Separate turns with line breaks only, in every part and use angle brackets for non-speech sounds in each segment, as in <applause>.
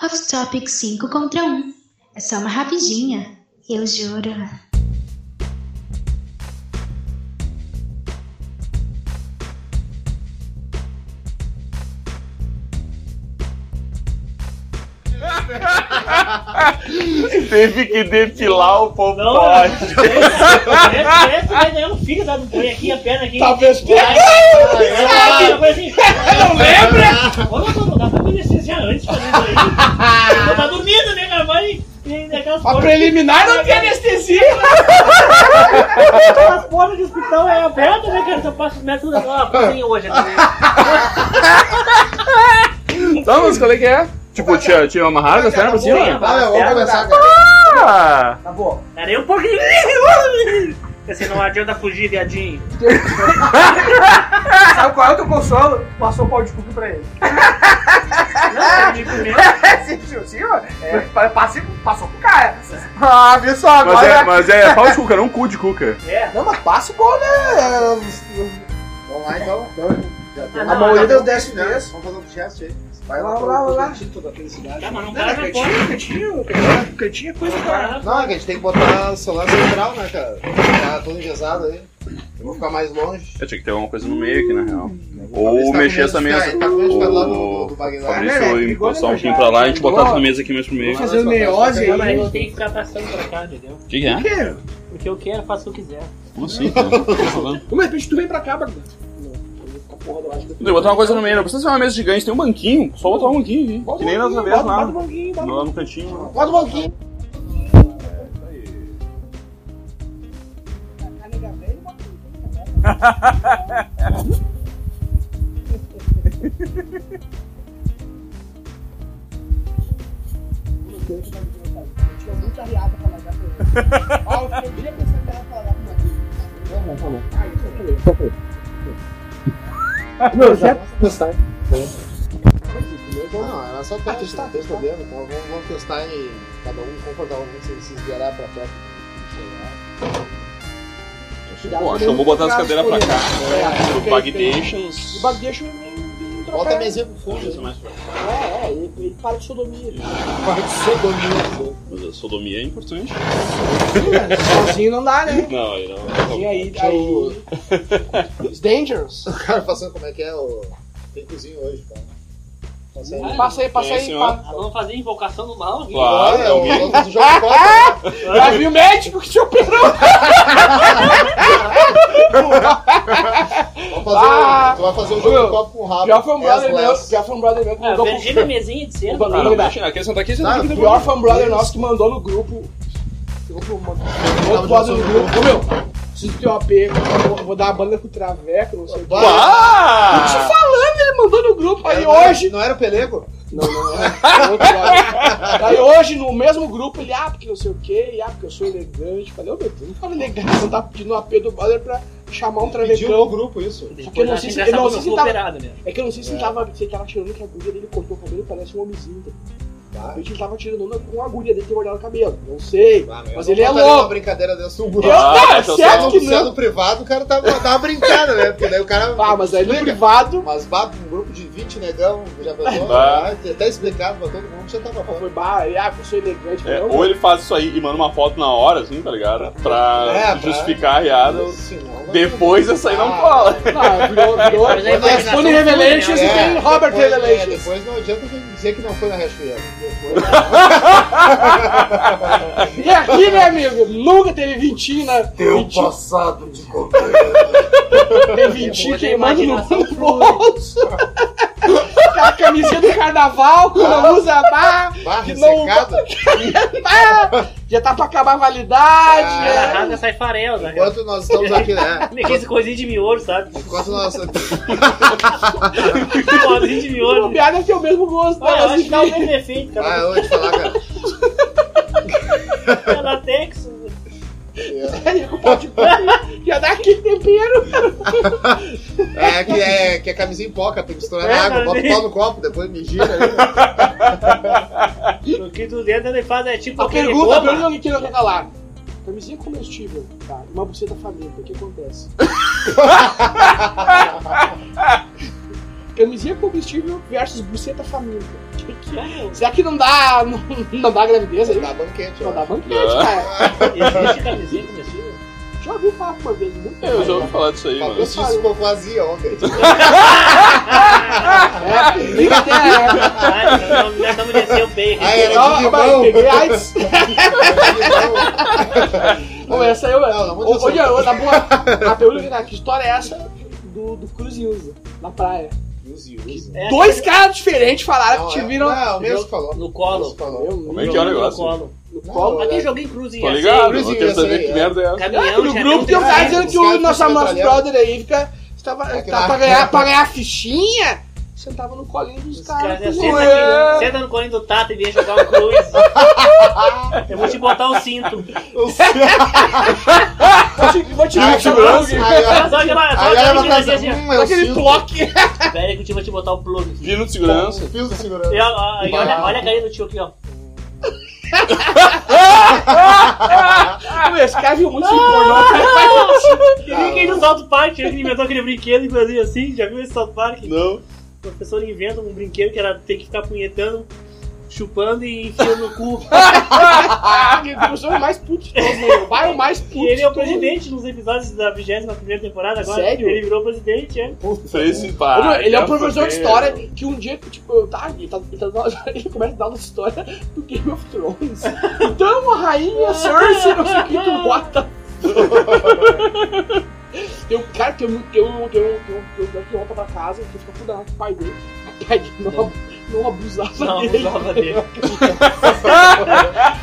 Off Topic 5 contra 1. É só uma rapidinha, eu juro.
Teve que depilar o povo
Não,
forte.
<laughs> Parece que vai ganhar um filho da põe aqui, a perna aqui.
Tá
Talvez
Vai,
tenha.
vai, vai, vai, uma coisa assim.
Não lembra?
Olha só, não dá pra me anestesiar antes fazendo aí. Eu tá dormindo, né, cara? Vai. e daquelas
A
portas-
preliminar não tem anestesia.
Aquelas portas de hospital é aberta, né, cara? Só passa os métodos
<laughs>
lá, fazem hoje. né?
Não, mas qual é que é? Tipo, tinha, tinha amarrado a perna por cima?
Ah, não, vamos começar agora.
Ah!
Acabou.
Darei um pouquinho. Assim, não adianta fugir, viadinho.
Sabe qual é o teu consolo? Passou o pau de cuco pra <laughs> ele.
Não, é de primeiro.
sim, sim, sim, ó. é, pa- passe- passou pro cara.
Ah, viu só
Mas
agora?
é, mas é pau de cuca, não cu de cuca.
É.
Não, mas passa o gol, né? Vamos lá, então. Já tem
Ah,
uma
não,
moída
não.
eu desço mesmo. Vamos fazer um gesto aí. Vai lá,
Vamos
vai
lá,
lá, vai
vamos lá.
lá. Toda felicidade.
Tá, mas não
Cara,
para na porta.
cantinho, cantinho, cantinho é coisa cara.
Não, é que a gente tem que botar o celular central, né, cara? Tá todo engessado aí. Eu vou ficar mais longe.
Eu tinha que ter alguma coisa no meio aqui, na real.
Eu vou ver se
Ou
tá com
mexer
medo
essa
de
mesa.
ficar- Tá com medo de ficar do lado do, do
O
Bagdad.
Fabrício encostar um pouquinho pra lá e a gente botar essa mesa aqui mais pro meio.
Vamos
Fazer o neose
Não, mas a
aí.
gente tem que ficar passando pra cá, entendeu?
O que, que é?
Porque eu quero, faço o que eu quiser.
Como assim, cara? O que você tá falando?
Como de repente tu vem pra cá, Bagdá? Não, eu vou ficar porra do lado do-
Tem botar uma coisa no meio, não precisa ser uma mesa gigante, tem um banquinho. Só botar um banquinho aqui. que nem da outra vez
Bota- bota o
lá.
banquinho, bota o
Lá no cantinho. né?
Bota um pouquinho. Não, já testar. Não, era só pra testar, dois problemas. Então vamos, vamos testar e cada um confortavelmente se, se esgueirar pra perto.
Bom, acho que eu vou botar as cadeiras pra cá. O bag deixa-nos.
O bag deixa eu meio- meio
Bota a
trocado.
mesinha pro fundo. Isso, mas...
É, é, ele, ele para de sodomia.
Parte sodomia.
Mas a sodomia é importante.
Sozinho não dá, né?
Não, aí não.
E aí, aí... It's dangerous.
O cara passando como é que é o. Tem cozinho hoje, cara. Tá Consegue.
Passa aí, passa
É,
aí.
senhor.
pa-
Ah, vamos fazer invocação do mal? Ah, aqui?
Claro,
Olha,
é
o
alguém.
jogo do jogo contra.
<laughs> Vai vir o médico que te operou.
Vamos fazer.
Ah!
o- tu vai fazer o jogo
Meu,
do copo com o rabo.
Pior foi um brother meu.
Assless.
Pior foi um brother meu que
Ah, eu
mandou pro
perdi minha mesinha de cedo.
Opa,
Ah, não,
né?
deixa não. Quer sentar aqui? Senta
Não,
aqui.
O
tá bom.
pior fan um brother nosso que mandou no grupo. Outro outro brother no grupo. Ô meu, preciso ter um AP, vou, vou dar a banda com o Traveco, não sei o que.
Uau!
Tô te
Ah!
falando, ele mandou no grupo. Aí
Não era-
hoje.
Não era o pelego?
Não, não, não. é Outro brother. <laughs> Aí hoje, no mesmo grupo, ele, ah, porque não sei o que, e ah, porque eu sou elegante. Falei, ô meu, tu não fala elegante, você tá pedindo um AP do brother pra chamar um
Pediu pro
travecão.
grupo isso.
Porque eu não sei se- eu não sei se
eu
tava-
operado, né?
É que eu não sei se ele tava, se ele tava tirando que a agulha dele cortou o cabelo, parece um homenzinho. Tá?
Tá.
A gente tava tirando onda com a agulha dele ter olhado o cabelo. Não sei.
Ah,
mas
eu
ele é
não faria uma
louco.
brincadeira dessa no
Eu
grupo.
Ah,
tá,
tá
certo
Não,
que
se é
não.
no privado, o cara tava, tava brincando, né? Porque daí o cara.
Ah, mas aí no
Explica.
privado É.
Mas bate um grupo de 20 negão, já pensou?
Bah.
Ah, até explicado pra todo mundo, já tava fora.
foi bar, aí, ah, eu sou elegante.
É,
não,
ou ele faz isso aí e manda uma foto na hora, assim, tá ligado? Pra
É, pra-
justificar a riada.
Se assim, não, é vai-
Depois essa aí não
Ah,
cola.
<laughs>
<laughs> não, virou, virou.
Mas aí vai
Mas
na
Sony
sua
Revelations
folha,
e
né?
tem Robert
depois, é,
Revelations.
depois não adianta dizer que não foi na Rashfield.
<laughs>
né?
E aqui, meu amigo, nunca teve vintinho na. Vintinho,
um passado de
tem vintinho
Hoje a
queimando no
imaginação
no bolso. a camisinha do carnaval, que não usa bar.
Barra
Que não-
secada.
Já tá pra acabar a validade.
Ah.
né?
Arrasa, sai farelo, né? cara?
Enquanto nós estamos aqui, né?
Meio esse coisinho de miolo, sabe?
Enquanto
<laughs>
nós. Ah,
Coisinho de
O
miolo.
piada tem o mesmo gosto, né?
Olha, eu acho
Assim,
que dá o mesmo efeito,
Ah,
cara.
eu vou te falar, cara.
É latex.
Já dá aquele tempero.
É que, é que a camisinha empoca, tem que misturar
É,
na água, bota o
camisinha.
pau no copo, depois me gira ali. né?
O que tu dentro ele faz é tipo
A
aquele
pergunta, a
goma.
pergunta que eu não quero calar. Camisinha comestível, tá? Uma buceta faminta, o que acontece? Camisinha comestível versus buceta faminta. Que que é? Será que não dá, não, não dá gravidez aí?
Dá tá banquete,
Não
ó.
dá banquete,
Não.
cara.
Existe camisinha comestível?
Já ouvi falar uma vez, muito tempo.
Eu já ouvi falar disso aí,
Tá
Uma
mano.
vez isso ficou vazia
<laughs>
ontem.
É, brincadeira, né?
Ah, não, não, não me desceu bem.
Ah, é,
Ó,
de
mas
limão.
peguei AIDS. Ô, é, essa eu.
É. Não, não vou dizer
Ô,
isso.
Diego,
<laughs>
na boa. A pergunta que tá, que história é essa do, do Cruzinho na praia?
Use, use.
É,
Dois caras diferentes falaram
Não,
que te
é-
viram
Não, o mesmo
Jogo-
que falou.
No
O mesmo
colo.
que
<laughs>
falou.
Eu,
Como é que é o
Joguinho No
negócio?
colo.
no
Não,
colo.
Mas tem joguinho cruz em
Tá
assim,
ligado? Eu
Luizinho,
quero saber
assim,
que
é.
merda é essa.
Ah,
Caminhão,
no
já
grupo tem
deu
um
cara
cara
três.
dizendo que
os
o
caras
nosso,
com
nosso
metralhadora.
brother aí fica. Tava,
É que
tá,
lá- <laughs>
pra, ganhar, pra ganhar fichinha, sentava no colinho dos
Os
caras. é assim,
caras, né,
Ué.
senta, aqui, senta no colinho do Tata e vem jogar um cruz.
Ah,
Eu vou te botar o cinto.
Vou te- Vou tirar
Ah,
o
que
jogo.
massa. Aí, ó.
Só aquela só
Aí olha
aquela
pra trás,
menina aqui assim,
hum, é o
Aquele
Silvio.
bloco.
ó. Velho que eu te vou te botar o
é.
plug.
Pino de
Os
segurança.
fios de
E,
segurança.
ó, ó, e olha, olha a carinha do tio aqui, ó.
Ah, Meu, Esse cara viu muito filme pornô, <laughs> cara.
E ninguém do Salto Park, ele que inventou aquele brinquedo que fazia assim, já viu esse Salto Park?
Não.
O professor inventa um brinquedo que era ter que ficar punhetando, chupando e enfiando no cu.
Aquele professor é mais puto de todos, né? O bairro mais puto.
E ele é o
de todos.
presidente nos episódios da 21 primeira temporada agora.
Sério?
Ele virou presidente, é.
Esse
Ô, meu,
pá.
ele é um
quero
professor de
saber.
história que um dia, tipo, eu tá, ele, tá, ele, tá dando- ele começa a dar aula <laughs> de história do Game of Thrones. Então, a
<laughs>
rainha Cersei, não sei o que, tu bota. Tem um cara que eu que eu que eu que eu- que eu- que eu- que volta pra casa, que fica fudendo com o pai dele. O pai dele não, ab- não abusava
Não, <laughs>
dele.
abusava dele.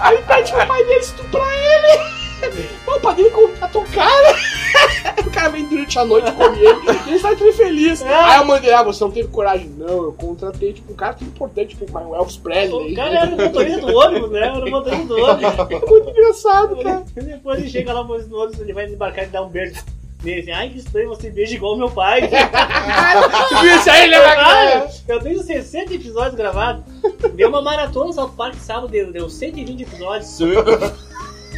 Aí pede pro pai dele estuprar ele. <laughs> O pai dele contratou o cara. <laughs> O cara vem durante a noite comer ele. Ele sai tudo feliz.
É.
Aí eu mandei, ah, você não teve coragem. Não, eu contratei, tipo, um cara que é importante, tipo, o Elvis Presley. é
O cara é era o motorista do ônibus, né? Era o motorista do ônibus. <laughs>
Muito engraçado, cara.
Depois ele chega lá no motorista do ônibus, ele vai desembarcar e dá um beijo nele. assim, Ai, que estranho, você beija igual meu pai.
Tu viu isso aí, né,
Caralho, eu tenho 60 episódios gravados. Deu uma maratona no South Park sábado, deu deu 120 episódios.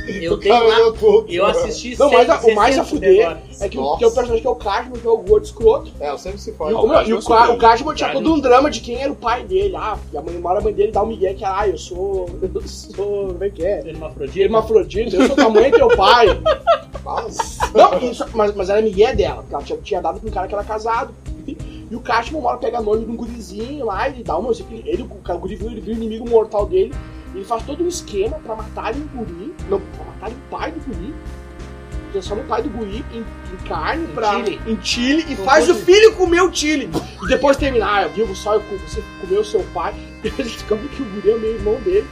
Eu tenho
Cara,
lá.
eu tô-
Eu assisti
Não, mas a- o mais a
160
fuder
agora.
é que o-
Nossa.
tem o personagem que é o Cashman, que é o gordo escroto.
É, um eu sempre se
E
fode.
o, meu, e o,
Cashman
Ca-
super.
o Cashman tinha
Cashman.
todo um drama de quem era o pai dele. Ah, porque a mãe embora a mãe dele dá um migué que ah, eu sou. <laughs> Eu sou. Como é que é?
Hermafrodita.
Hermafrodita, eu sou tua mãe e teu pai.
Mas-
Não, isso, mas, mas era migué dela, porque ela tinha, tinha dado pra um cara que era casado. E o Cashman mora pega noivo de um gurizinho lá, ele dá uma. Ele, ele, o cara, o guri viu, ele viu o inimigo mortal dele, ele faz todo um esquema pra matarem o guri. Não, pra matarem o pai do guri. Transforma o pai do guri em, em carne pra.
Chile.
Em Chile e
Não
faz
pode-
o filho comer o Chile. E depois terminar, ah, eu vivo só eu, com- você comeu o seu pai. <laughs> Eles ficam que o guri é o meu irmão dele.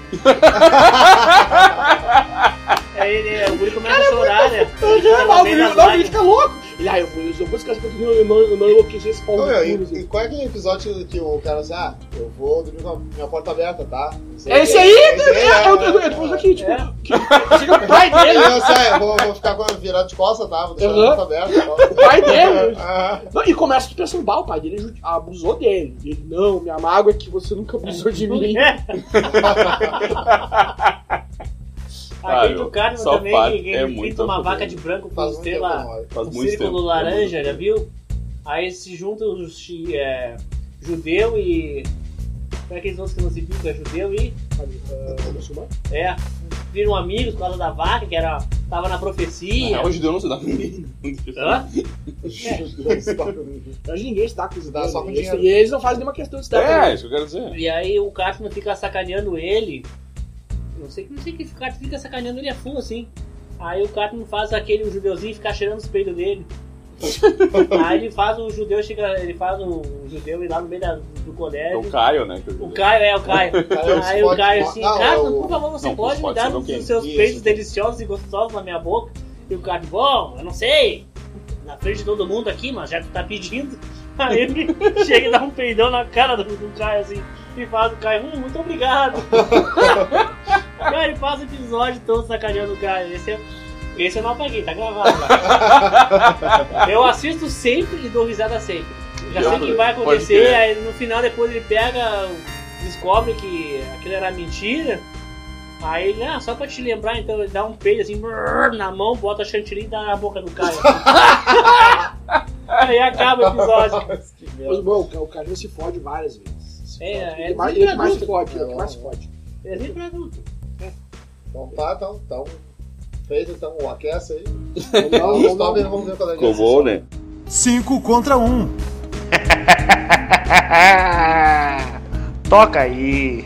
Aí ele, é, o guri começa a chorar, né?
Não, o guri não, o guri fica louco. Ele, ah, eu vou, eu vou descansar porque eu não, eu não enlouqueci esse pau
Ô,
do
meu,
cu, assim.
e, e qual é aquele episódio que o cara assim, ah, eu vou dormir com a minha porta aberta, tá? Não sei o
É esse
quê.
aí,
É esse
é,
aí,
é,
é,
eu tô
é,
falando aqui, tipo,
É.
que, chega o pai
Aí
dele,
eu assim, ah, eu vou, vou ficar com a virada de costa, tá? Vou deixar
Aham.
a porta aberta.
o
<laughs>
pai dele.
Tá?
Não, e começa a pensar, bah, o pai dele ju- abusou dele. E Ele, não, minha mágoa é que você nunca abusou de mim. <laughs> Ah,
É. Aquele do Carlos
South
também,
Park
que
é
ele
muito
pinta uma
bom.
vaca de branco com,
Faz um
sei
tempo,
lá,
não,
Faz
um
muito
círculo
tempo. É
laranja, né? já viu? Aí se juntam os chi- é, judeu e. Como é que eles outros que não se pintam? É judeu e. É. Viram amigos por causa da vaca, que era. Tava na
Na
profecia.
real, judeu não se dá com ninguém.
<laughs> Hã? É.
Hoje ninguém se dá com isso,
Dá só com
eles,
dinheiro.
E eles não fazem nenhuma questão de se dar com
É,
isso.
isso que eu quero dizer.
E aí o Cartman fica sacaneando ele. Não sei, não sei que o Cartman fica sacaneando ele a full assim. Aí o Cartman faz aquele judeuzinho ficar cheirando os peitos dele.
<laughs>
aí ele faz o judeu chega, ele faz o judeu ir lá no meio da- do
É
colégio.
o Caio, né? que eu
O
digo.
Caio, é, o Caio.
Caio,
Aí
pode-
o Caio assim,
não, é
Cartman,
eu-
por favor, você
não,
pode me
pode
dar
ser, não
os
quem?
seus
Isso.
peitos deliciosos e gostosos na minha boca? E o Cartman, bom, eu não sei. Na frente de todo mundo aqui, mas já que tu tá pedindo. Aí ele <laughs> chega e dá um peidão na cara do, do Caio assim. E faz o Caio, hum, muito obrigado. cara, ele faz o episódio todo sacaneando o Caio. Esse, é, esse eu não apaguei, tá gravado.
<laughs>
lá. eu assisto sempre e dou risada sempre. Já sei o que vai
Pode
acontecer,
crer.
aí no final depois ele pega, descobre que aquilo era mentira. Aí ele, ah, só pra te lembrar, então ele dá um peido assim, brrr, na mão, bota
<laughs>
a chantilly e dá na boca do Caio. Aí acaba o episódio.
Mas,
entendeu?
bom, o ca- o Cashman se fode várias vezes. Se
É,
fode.
é
Ele mais- ele que mais se
adulto.
fode, ele que mais se fode.
É sempre adulto.
Então tá, então, então. Feito, então
<laughs>
aquece aí.
Não, não, não.
Vamos ver, vamos ver qual é a
Ficou
decisão.
bom, né?
5 contra 1.
Toca aí.